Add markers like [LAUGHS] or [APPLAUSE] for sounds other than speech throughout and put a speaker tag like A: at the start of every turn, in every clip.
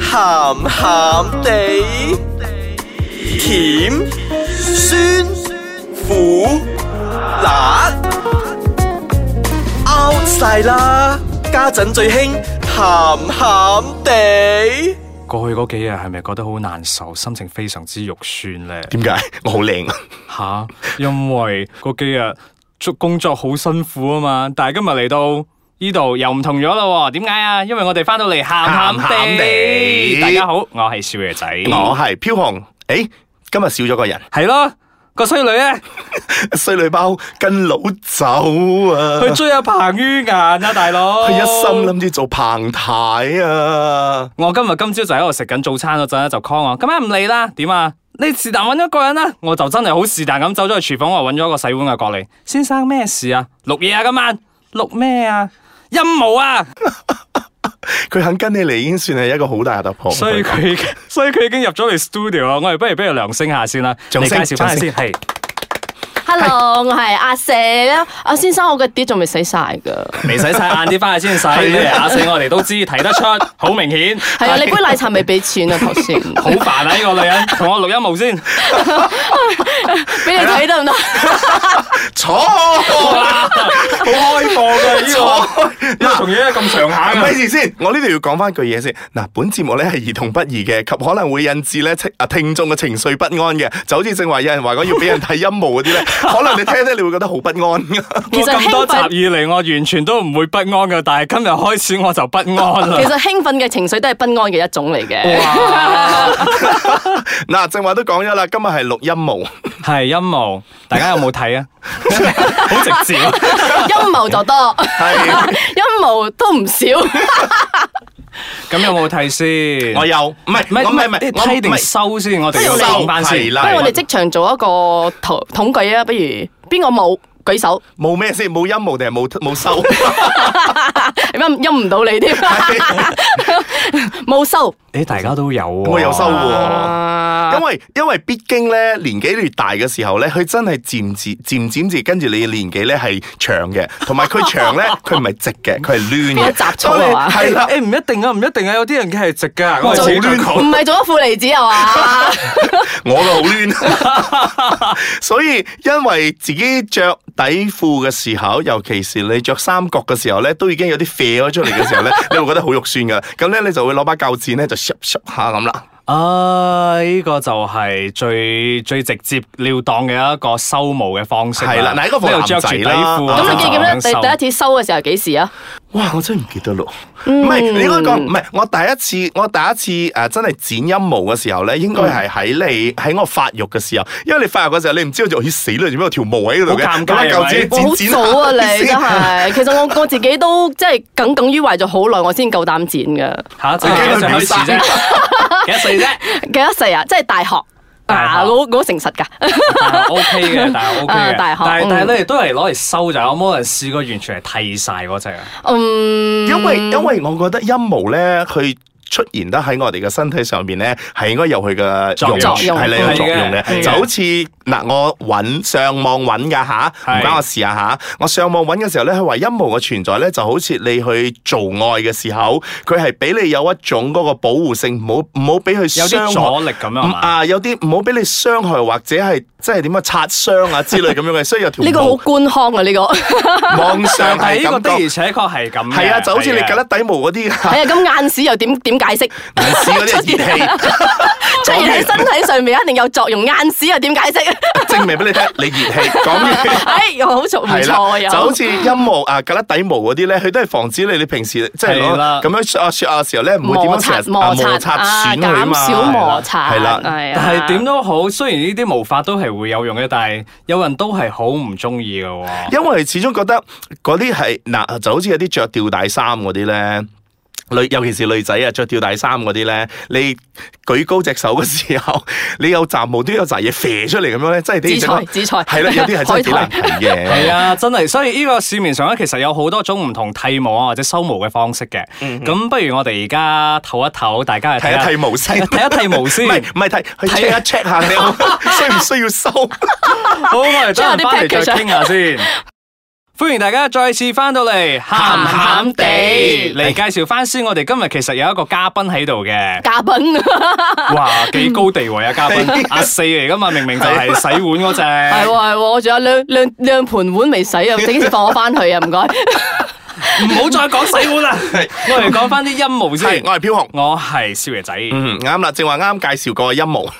A: 鹹鹹地，甜酸苦辣 out 晒啦！家陣最興鹹鹹地。
B: 過去嗰幾日係咪覺得好難受，心情非常之肉酸呢？ [LAUGHS]
C: 點解 [LAUGHS] 我好靚啊？
B: 吓、因為嗰幾日做工作好辛苦啊嘛，但係今日嚟到呢度又唔同咗啦喎，點解啊？因為我哋翻到嚟鹹鹹
C: 鹹
B: 地，
C: 地
B: 大家好，我係少爺仔，
C: 我係飄紅。誒，今日少咗個人， [LAUGHS]
B: 係咯。個衰女咧
C: 衰女包跟佬走啊！
B: 去追阿彭于晏啊，大佬，
C: 佢一心。諗住做彭太啊！
B: 我今日今朝就喺度食緊早餐嗰陣咧，就 call 我，今晚唔嚟啦，點啊？你是但揾咗個人啦，我就真係好是但咁走咗去廚房，我揾咗個洗碗嘅啊過嚟。先生咩事啊？錄嘢啊，今晚錄咩啊？陰謀 [LAUGHS] 啊！
C: 佢肯跟你嚟已經算係一個好大嘅突破。
B: 所以佢已經 [LAUGHS] 所以佢已經入咗嚟 studio 啊！我哋不如俾佢量升下先啦，
C: 掌
B: 你介
C: 聲
B: 紹翻
C: 掌
B: 先 [LAUGHS]
C: 聲
B: 係。
D: Hello，我係阿蛇啦。阿先生，我嘅碟仲未洗晒噶。
B: 未洗晒，晏啲翻去先洗。
C: 係啊
B: 打死我哋都知，睇得出，好明顯。
D: 係啊，你杯奶茶未
B: [LAUGHS]
D: 俾錢啊，頭先。
B: 好煩啊！呢個女人，同我錄音冇 [LAUGHS] 先。
D: 俾你睇
B: 啊
D: 得唔得？
C: 坐，
B: [LAUGHS] 好開放嘅 [LAUGHS] 呢個，呢個同樣咁長下啊
C: 咪
B: 嘅。
C: 住先，我呢度要講翻句嘢先。嗱，本節目咧係兒童不宜嘅，及可能會引致咧聽啊聽眾嘅情緒不安嘅。就好似正話有人話講要俾人睇陰毛
B: [LAUGHS]
C: 嗰啲咧，可能你聽聽你會覺得好不安 [LAUGHS] 噶。
D: 其
B: 我
D: 實
B: 咁多
D: 興奮
B: 集以嚟，我完全都唔會不安嘅，但係今日開始我就不安
D: [LAUGHS] 其
B: 啦。
D: 實興奮嘅情緒都係不安嘅一種嚟
B: 哦
D: 嘅。
B: 哇，
C: 嗱，正話都講咗啦，今日係錄陰毛。
B: 係陰謀，大家有冇
D: [LAUGHS]
B: 睇啊？好直接啊！
D: 陰謀就多， [LAUGHS]
C: 係，
D: 陰謀都唔少。
B: 咁有冇睇先？
C: 我有，唔係，
B: 唔係
C: 我
B: 唔
C: 唔係
B: 係唔
C: 唔
B: 係，
C: 係，我
B: 批定
C: 唔係
B: 收先，我哋要講翻先。
C: 係
D: 不
C: 啦
D: 如我哋即場做一個統統計啊，不如邊個冇舉手？
C: 冇咩先，冇陰毛定係冇冇收？
D: 陰陰唔到你添，冇收。
B: 誒，大家都有喎，
C: 我有收喎。
D: 啊
B: 哦
C: 因為因為必經咧年紀越大嘅時候咧，佢真係漸漸漸漸漸跟住你嘅年紀咧係長嘅，同埋佢長咧佢唔係直嘅，佢係攣
D: [LAUGHS] 變
C: 嘅。
D: 咗雜草啊嘛
C: 當你係啦，
B: 誒唔一定啊，唔一定啊，有啲人嘅係直㗎，我係
C: 做
B: 自己
C: 亂
B: 講
D: 唔係做咗負離子啊
B: [LAUGHS]
D: 係嘛？
C: 我嘅好攣。 [LAUGHS] 所以因為自己着底褲嘅時候，尤其是你着三角嘅時候咧，都已經有啲啡咗出嚟嘅時
B: [LAUGHS]
C: 候咧，你會覺得好肉酸噶。咁咧你就會攞把鉸剪咧就 s 下咁啦。
B: 啊，呢個就係最最直接了當嘅一個收毛嘅方式。
C: 係啦嗱呢個服
B: 呢度着住底褲，
C: 男仔啦
D: 咁你記唔記
B: 咁就
D: 得
B: 咁樣收
D: 你第一次收嘅時候係幾時啊？
C: 哇！我真係唔記得咯，
B: 嗯
C: 唔係你應該講，唔係我第一次，我第一次誒、呃真係剪陰毛嘅時候咧，應
B: 嗯
C: 該係喺你喺我發育嘅時候，因為你發育嘅時候你唔知道就咦死啦，做咩有條毛喺度嘅，
B: 好尷尬
C: 咁啊
B: 係咪
C: 剪
D: 哇，好
C: 剪剪
D: 早啊你真
C: 剪
D: 係，其實我我自己都即係耿耿於懷咗好耐，我先夠膽剪噶。
B: 吓，就幾多歲開始啫？ [LAUGHS] 幾多歲啫
D: 幾多歲啊？即係大學
B: 大學
D: 啊！我我好誠實㗎，
B: 但係？OK 啊嘅，
C: [LAUGHS]
B: 但係 OK 嘅，
D: 啊大學
B: 但係
D: 嗯
B: 但係咧都係攞嚟收就，有冇人試過完全係剃晒嗰只啊？
D: 嗯，
C: 因為因為我覺得陰毛咧，佢出現得喺我哋嘅身體上面咧，係應該有佢嘅
B: 作用
D: 作用
C: 係啦，有作用
B: 係嘅
C: 嘅。就好似嗱，我揾上網揾㗎吓，唔
B: 係
C: 關我事啊吓。我上網揾嘅時候咧，佢話陰毛嘅存在咧，就好似你去做愛嘅時候，佢係俾你有一種嗰個保護性，唔好唔好俾佢
B: 有
C: 傷
B: 啲
C: 害。
B: 阻力咁樣係
C: 唔
B: 嘛？
C: 啊，有啲唔好俾你傷害或者係即係點樣擦傷啊之類咁樣嘅，所以有條
D: 呢個好官腔啊！呢
C: [LAUGHS]
D: 個係
C: 毛網
B: 但
C: 上係
B: 係呢個
C: 咁
B: 的而
C: 講，
B: 且確係咁嘅。
C: 係啊，就好似你
B: 係嘅
C: 曱甴底毛嗰啲啊
D: 啊，咁眼屎又點點
C: [LAUGHS]
D: 解釋？
C: 眼屎嗰啲係熱氣，
D: [LAUGHS]
C: 講
D: 出現喺
C: 完 [LAUGHS]
D: 身體上面一定有作用，眼屎又點解釋？
C: 證明俾你聽，你熱氣講完。
D: [LAUGHS] 哎，又好熟唔
C: 係
D: 錯
C: 啦，
D: 又
C: 就好似陰毛啊、旮旯底毛嗰啲咧，佢都係防止你你平時即係
B: 係啦
C: 攞咁樣雪下雪下嘅時候咧，唔會點
D: 摩
C: 樣成
D: 擦
C: 日
D: 摩
C: 啊
D: 擦
C: 摩擦
D: 啊，
C: 損佢啊
D: 減
C: 嘛，
D: 少摩擦
C: 係啦。
D: 係啊
B: 但係點都好，雖然呢啲毛髮都係會有用嘅，但係有人都係好唔中意嘅喎。
C: 因為始終覺得嗰啲係嗱，就好似有啲着吊帶衫嗰啲咧。女尤其是女仔啊，着吊帶衫嗰啲咧，你舉高隻手嘅時候， [LAUGHS] 你有雜毛都有雜嘢射出嚟咁樣咧，真係
D: 紫菜
C: 啲
D: 紫菜
C: 係啦，有啲係真係
D: [LAUGHS]
C: 幾難睇嘅。
B: 係啊，真係，所以呢個市面上咧，其實有好多種唔同剃毛啊或者修毛嘅方式嘅。咁、不如我哋而家唞一唞，大家去
C: 嗯睇
B: 下
C: 一睇毛先，
B: 啊 [LAUGHS] 睇一睇毛先
C: 唔係唔係睇，去 check 一
B: [LAUGHS]
C: check 下你有需唔需要收。
B: 好，我哋等陣翻嚟再傾下先。欢迎大家再次翻到嚟，咸咸地嚟介绍翻先。我哋今日其实有一个嘉宾喺度
D: [LAUGHS]
B: 嘅，
D: 嘉賓
B: 哇，几高地位啊！嘉宾阿四嚟噶嘛，明明就系洗碗嗰只。
D: 係喎係喎，我仲有兩兩兩盤碗未洗啊，整幾時放我翻去啊？唔該，
B: 唔好再講洗碗啦，我哋講翻啲陰毛
C: 系
B: 先。
C: 我係飄紅。
B: 我係少爺仔，係
C: 嗯，啱啦，正話啱介紹過嘅陰毛， [LAUGHS]
B: 我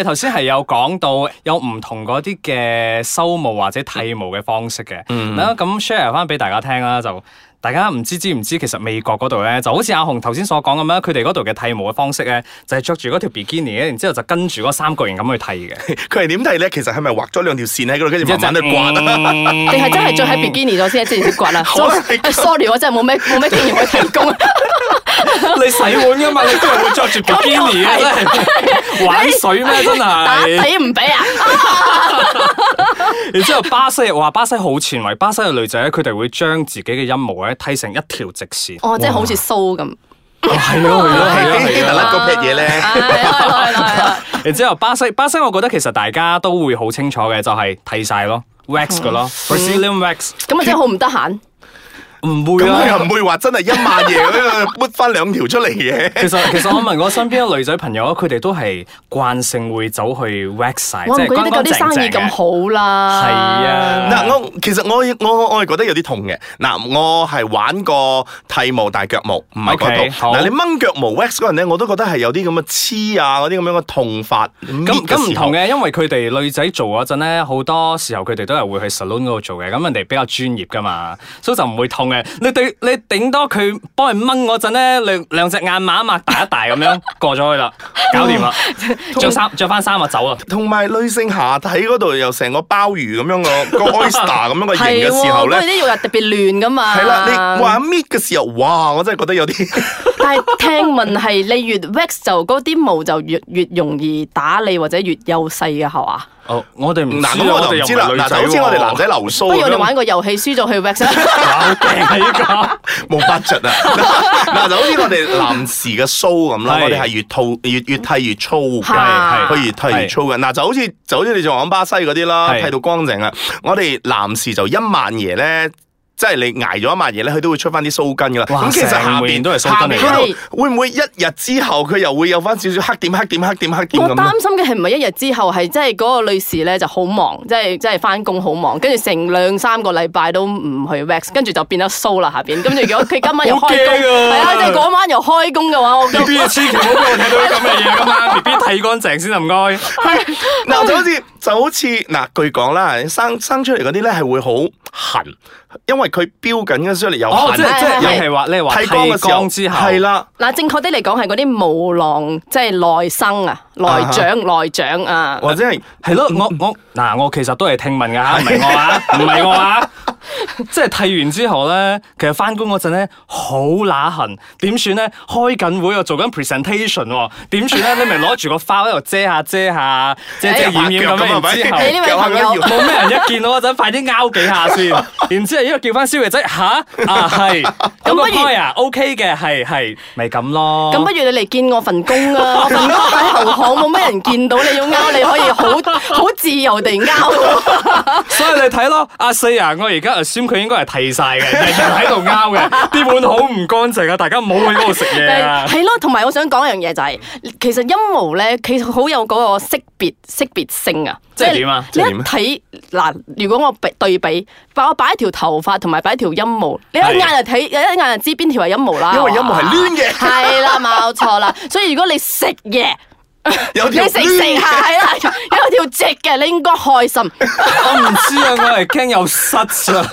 B: 哋頭先係有講到有唔同嗰啲嘅修毛或者剃毛嘅方式嘅，
C: 嗯
B: 嗱咁 share 翻俾大家聽啦，就大家唔知知唔知，其實美國嗰度咧就好似阿紅頭先所講咁樣，佢哋嗰度嘅剃毛嘅方式咧就係着住嗰條 bikini 然之後就跟住嗰三角形咁去剃嘅，
C: [LAUGHS] 佢係點睇咧？其實係咪畫咗兩條線喺嗰度，跟住慢慢去刮啊？
B: 刮
D: 定係真係着喺 bikini 咗先，之前先刮啦。
C: 好啊你
D: sorry，我真係冇咩冇咩經驗去提供。啊
B: 你洗碗噶嘛？你都係會着住
D: [LAUGHS]
B: bikini 嘅，真係玩水咩？真
D: 打
B: 係。
D: 底唔俾啊！
B: 然之後巴西話巴西好前衞，巴西嘅女仔咧，佢哋會將自己嘅陰毛咧剃成一條直線。
D: 哦，即係好似鬚咁。
B: 係咯係咯
C: [LAUGHS]
B: 係咯啊
C: 希特
B: 係
C: 勒
B: 咯。
C: 嗰撇嘢咧，
D: 係係係係
B: [LAUGHS] 然之後巴西巴西，我覺得其實大家都會好清楚嘅，就係剃晒咯，wax
D: 嗯
B: 嘅咯，Brazilian wax
D: 咁啊，真係好唔得閒。
B: 唔會
C: 咁佢又
B: 啊
C: 唔。會話真係一萬嘢咁樣撥翻兩條出嚟
B: [LAUGHS]
C: 嘅。
B: 其實其實我問我身邊嘅女仔朋友，佢哋都係慣性會走去 wax 晒，即
D: 我唔
B: 係
D: 覺得
B: 乾
D: 嗰
B: 乾淨
D: 啲生意
B: 淨
D: 咁
B: 嘅。
D: 好啦。
B: 係啊
C: 嗱，我其實我我我係覺得有啲痛嘅。嗱，我係玩過剃毛大腳毛，唔係
B: OK，
C: 嗰度。
B: 好
C: 嗱，你掹腳毛 wax 嗰陣咧，我都覺得係有啲咁嘅黐啊，嗰啲咁樣嘅痛法。
B: 咁
C: 咁
B: 咁唔同。嘅，因為佢哋女仔做嗰陣咧，好多時候佢哋都係會去 salon 嗰度做嘅，咁人哋比較專業噶嘛，所以就唔會痛嘅。你對你頂多佢幫人掹嗰陣咧，兩兩隻眼擘一擘大一大咁
D: [LAUGHS]
B: 樣過咗去啦，搞掂啦，
D: 哦
B: 着衫着翻衫啊走啦。
C: 同埋女性下體嗰度又成個鮑魚咁樣個
B: [LAUGHS]
C: 個 oyster 咁樣嘅形
D: 係
C: 嘅時候
D: 喎，因
C: 咧，
D: 為啲肉又特別亂噶
B: 啊
D: 嘛。
C: 係啦，你話搣嘅時候，哇！我真係覺得有啲
D: 但係聽聞係你越 wax 就嗰啲毛就越越容易打理或者越幼細嘅係嘛？
B: 哦，我 [LAUGHS] 哋唔知啊
C: 嗱，咁我就唔知啦。嗱，就好似我哋男仔留
D: 不如
C: 須
D: 我哋
C: 哦咁
D: 玩個遊戲，輸咗去 wax 啦。
B: 好勁啊呢
C: 冇 budget 啊！ [LAUGHS] 嗱，就好似我哋男士嘅須咁啦，
B: 係
C: 我哋係越套越越剃越粗嘅。
B: 係
C: 佢越剃越粗嘅，嗱就好似就好似你仲講巴西嗰啲啦，
B: 係
C: 剃到光淨啦。我哋男士就一萬爺咧，即係你捱咗一萬爺咧，佢都會出翻啲鬚根噶啦。
B: 哇
C: 咁其實下
B: 成面
C: 邊
B: 都係鬚根嚟
D: 嘅
C: 下邊嗰度會唔會一日之後佢又會有翻少少黑點、黑點、黑點、黑點
D: 我
C: 咁啊
D: 擔心嘅係唔係一日之後係即係嗰個女士咧就好忙，即係即係翻工好忙，跟住成兩三個禮拜都唔去 wax，跟住就變得須啦下邊。跟住如果佢今晚又開
B: 好
D: 工，
B: 驚啊
D: 係啊，即係嗰晚又開工嘅話，我
B: 個 B B 千祈唔好俾我睇到啲咁嘅嘢噶嘛，B B 剃乾淨先啊唔該。
C: 嗱，就好似就好似嗱，據講啦，生生出嚟嗰啲咧係會好痕，因為佢標緊嘅出嚟有
B: 哦，
C: 痕
B: 即。係即係
D: 係
B: 又係話你係話剃
C: 光嘅時候
B: 光之後
C: 係。啦，
D: 嗱，正確啲嚟講係嗰啲毛囊，即係內生啊，內長、內長啊。
C: 或者係
B: 係咯，
C: 嗯
B: 我我嗱，我其實都係聽聞㗎嚇，唔係我啊，唔係我啊。即係剃完之後咧，其實翻工嗰陣咧好乸痕，點算咧？開緊會又做緊 presentation 喎，點算咧？你咪攞住個花喺度遮下遮下，遮遮掩掩
C: 哎
B: 咁樣，
C: 啊
B: 然之後
D: 你呢
C: 有
D: 位朋友
C: 下嗰啲搖
B: 冇咩人一見到嗰陣，快啲拗幾下先，然之後因為叫翻消費仔吓，啊係，咁
D: 不
B: 個
D: 如
B: point 啊 OK 嘅係係，咪咁咯。
D: 咁不如你嚟見我份工啊！我份工喺後巷，冇乜人見到你要勾，你可以好好自由地勾。
B: 所以你睇咯，阿四啊，我而家 assume 佢應該係剃晒嘅，日日喺度拗嘅，啲碗好唔乾淨啊！大家唔好去嗰度食嘢啊！
D: 係咯，同埋我想講一樣嘢就係，其實陰毛咧，其實好有嗰個識別識別性啊。
B: 即係點啊
D: 你
C: 即係
D: 一
C: 點啊
D: 睇嗱，如果我比對比，我擺一條頭髮同埋擺一條陰毛，你一
B: 係
D: 眼就睇，一眼就知邊條係陰毛啦。
C: 因為陰毛係攣嘅
D: 係啦，冇錯
C: [LAUGHS]
D: 啦。所以如果你食嘢。 [LAUGHS]
C: 有
D: 你
C: 條
D: 食食
C: 攣嘅
D: 下係啦，有條直嘅，你應該開心。
B: 我唔知啊，我係驚有虱啊！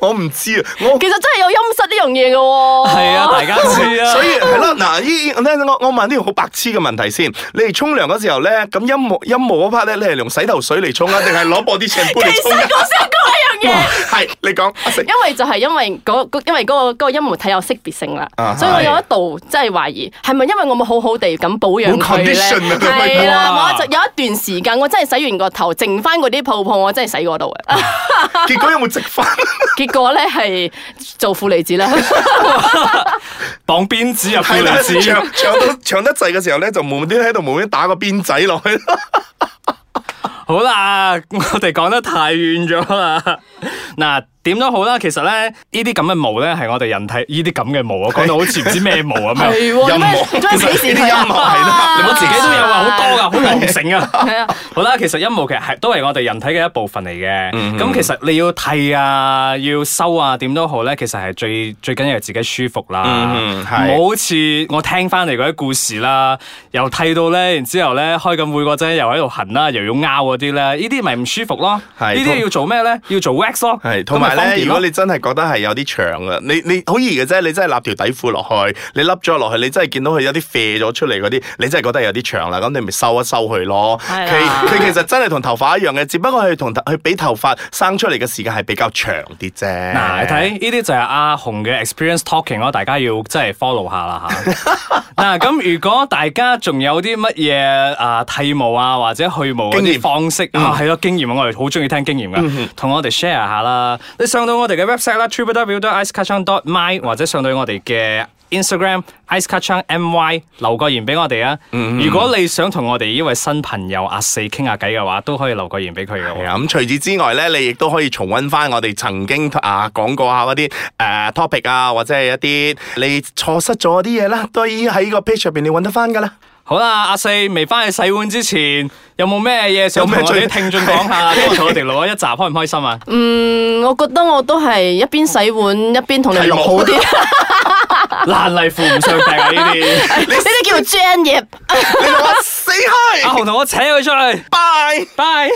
C: 我唔知啊，我
D: 其實真係有陰濕呢樣嘢嘅喎。
B: 係啊，大家知啊
C: 所。以係咯，嗱，依咧我我問呢個好白痴嘅問題先，你哋沖涼嗰時候咧，咁陰毛陰毛嗰 part 咧，你係用洗頭水嚟沖啊，定係攞播啲 shampoo 嚟
D: 其
C: 沖
D: 實
C: 啊？
D: 我想講一樣嘢。
C: 係你講，阿成
D: 因為就係因為嗰、嗰因為嗰、個嗰、個陰毛體有識別性啦，
C: 啊
D: 所以我
B: 係
D: 有一度真係懷疑係咪因為我冇好好地咁保養
C: 冇
D: 佢咧？
C: condition 啊
D: 係
B: 哇
D: 啦，我就有一段時間我真係洗完個頭，剩翻嗰啲泡泡，我真係洗嗰度嘅。
C: 結果有冇直翻？
D: 結果咧係做負離子啦，
B: 綁鞭子
C: [LAUGHS]
B: 入
C: 係
B: 負
C: 啦
B: 離，子，
C: 長長到長得滯嘅時候咧，就無端端喺度無端端打個邊仔落去。
B: 好啦，我哋講得太遠咗啦。嗱， [LAUGHS] 點都好啦，其實咧呢啲咁嘅毛咧係我哋人體呢啲咁嘅毛啊，講到好似唔知咩毛咁樣。
D: 係喎，
C: 音
D: 你咩
C: 樂
D: 你做咩鄙視
C: 呢啲
D: 佢啊？
C: 音樂係
D: [LAUGHS]
C: 啦
B: 我自己都有啊，好多噶，好旺盛啊！
D: 係啊，
B: [LAUGHS] 好啦，其實陰毛其實係都係我哋人體嘅一部分嚟
C: 嗯
B: 嘅。咁、其實你要剃啊，要修啊，點都好咧，其實係最最緊要係自己舒服啦。
C: 嗯係
B: 唔好好似我聽翻嚟嗰啲故事啦，又剃到咧，然之後咧開緊會嗰陣又喺度痕啦，又要拗嗰啲咧，呢啲咪唔舒服咯。
C: 係
B: 呢啲要做咩咧？要做 wax 咯。
C: 系，同
B: 咁咪
C: 埋
B: 方
C: 咧，
B: 便
C: 如
B: 咯
C: 果你真係覺得係有啲長啊，你你好易嘅啫，你真係立條底褲落去，你笠咗落去，你真係見到佢有啲啡咗出嚟嗰啲，你真係覺得有啲長啦，咁你咪收一收佢咯。
D: 係
C: 佢
D: 啦
C: 佢其實真係同頭髮一樣嘅，只不過佢同頭佢比頭髮生出嚟嘅時間係比較長啲啫。
B: 嗱，你睇呢啲就係阿紅嘅 experience talking 咯，大家要真係 follow 下啦吓。
C: [LAUGHS]
B: 嗱，咁如果大家仲有啲乜嘢啊剃毛啊或者去毛嗰
C: 經驗嗯
B: 啲方式啊，係咯經驗，我哋好中意聽經驗嘅，同我哋 share 下啦。你上到我哋嘅 website 啦 t r i p l e w d i c e c a t c h a n g dot my 或者上到我哋嘅。Instagram ice c a t c h a n g my 留個言俾我哋啊！
C: 嗯
B: 如果你想同我哋呢位新朋友阿四傾下偈嘅話，都可以留個言俾佢嘅喎。
C: 係啊，咁除此之外咧，你亦都可以重温翻我哋曾經啊講過下嗰啲誒 topic 啊，或者係一啲你錯失咗嗰啲嘢啦，都喺喺個 page 入邊你揾得翻噶啦。
B: 好啦，阿四未翻去洗碗之前，有冇咩嘢想同
C: 有咩
B: 我
C: 最
B: 哋啲聽眾講
C: [LAUGHS]
B: 下？今日同我哋錄咗一集，開唔開心啊？
D: 嗯，我覺得我都係一邊洗碗一邊同你錄好啲， [LAUGHS]
B: 爛泥扶唔上壁啊！呢啲，
D: 呢啲叫專業。
C: 你同我死
B: 阿
C: 開，
B: 紅同我扯佢出去，
C: 拜。
B: 拜。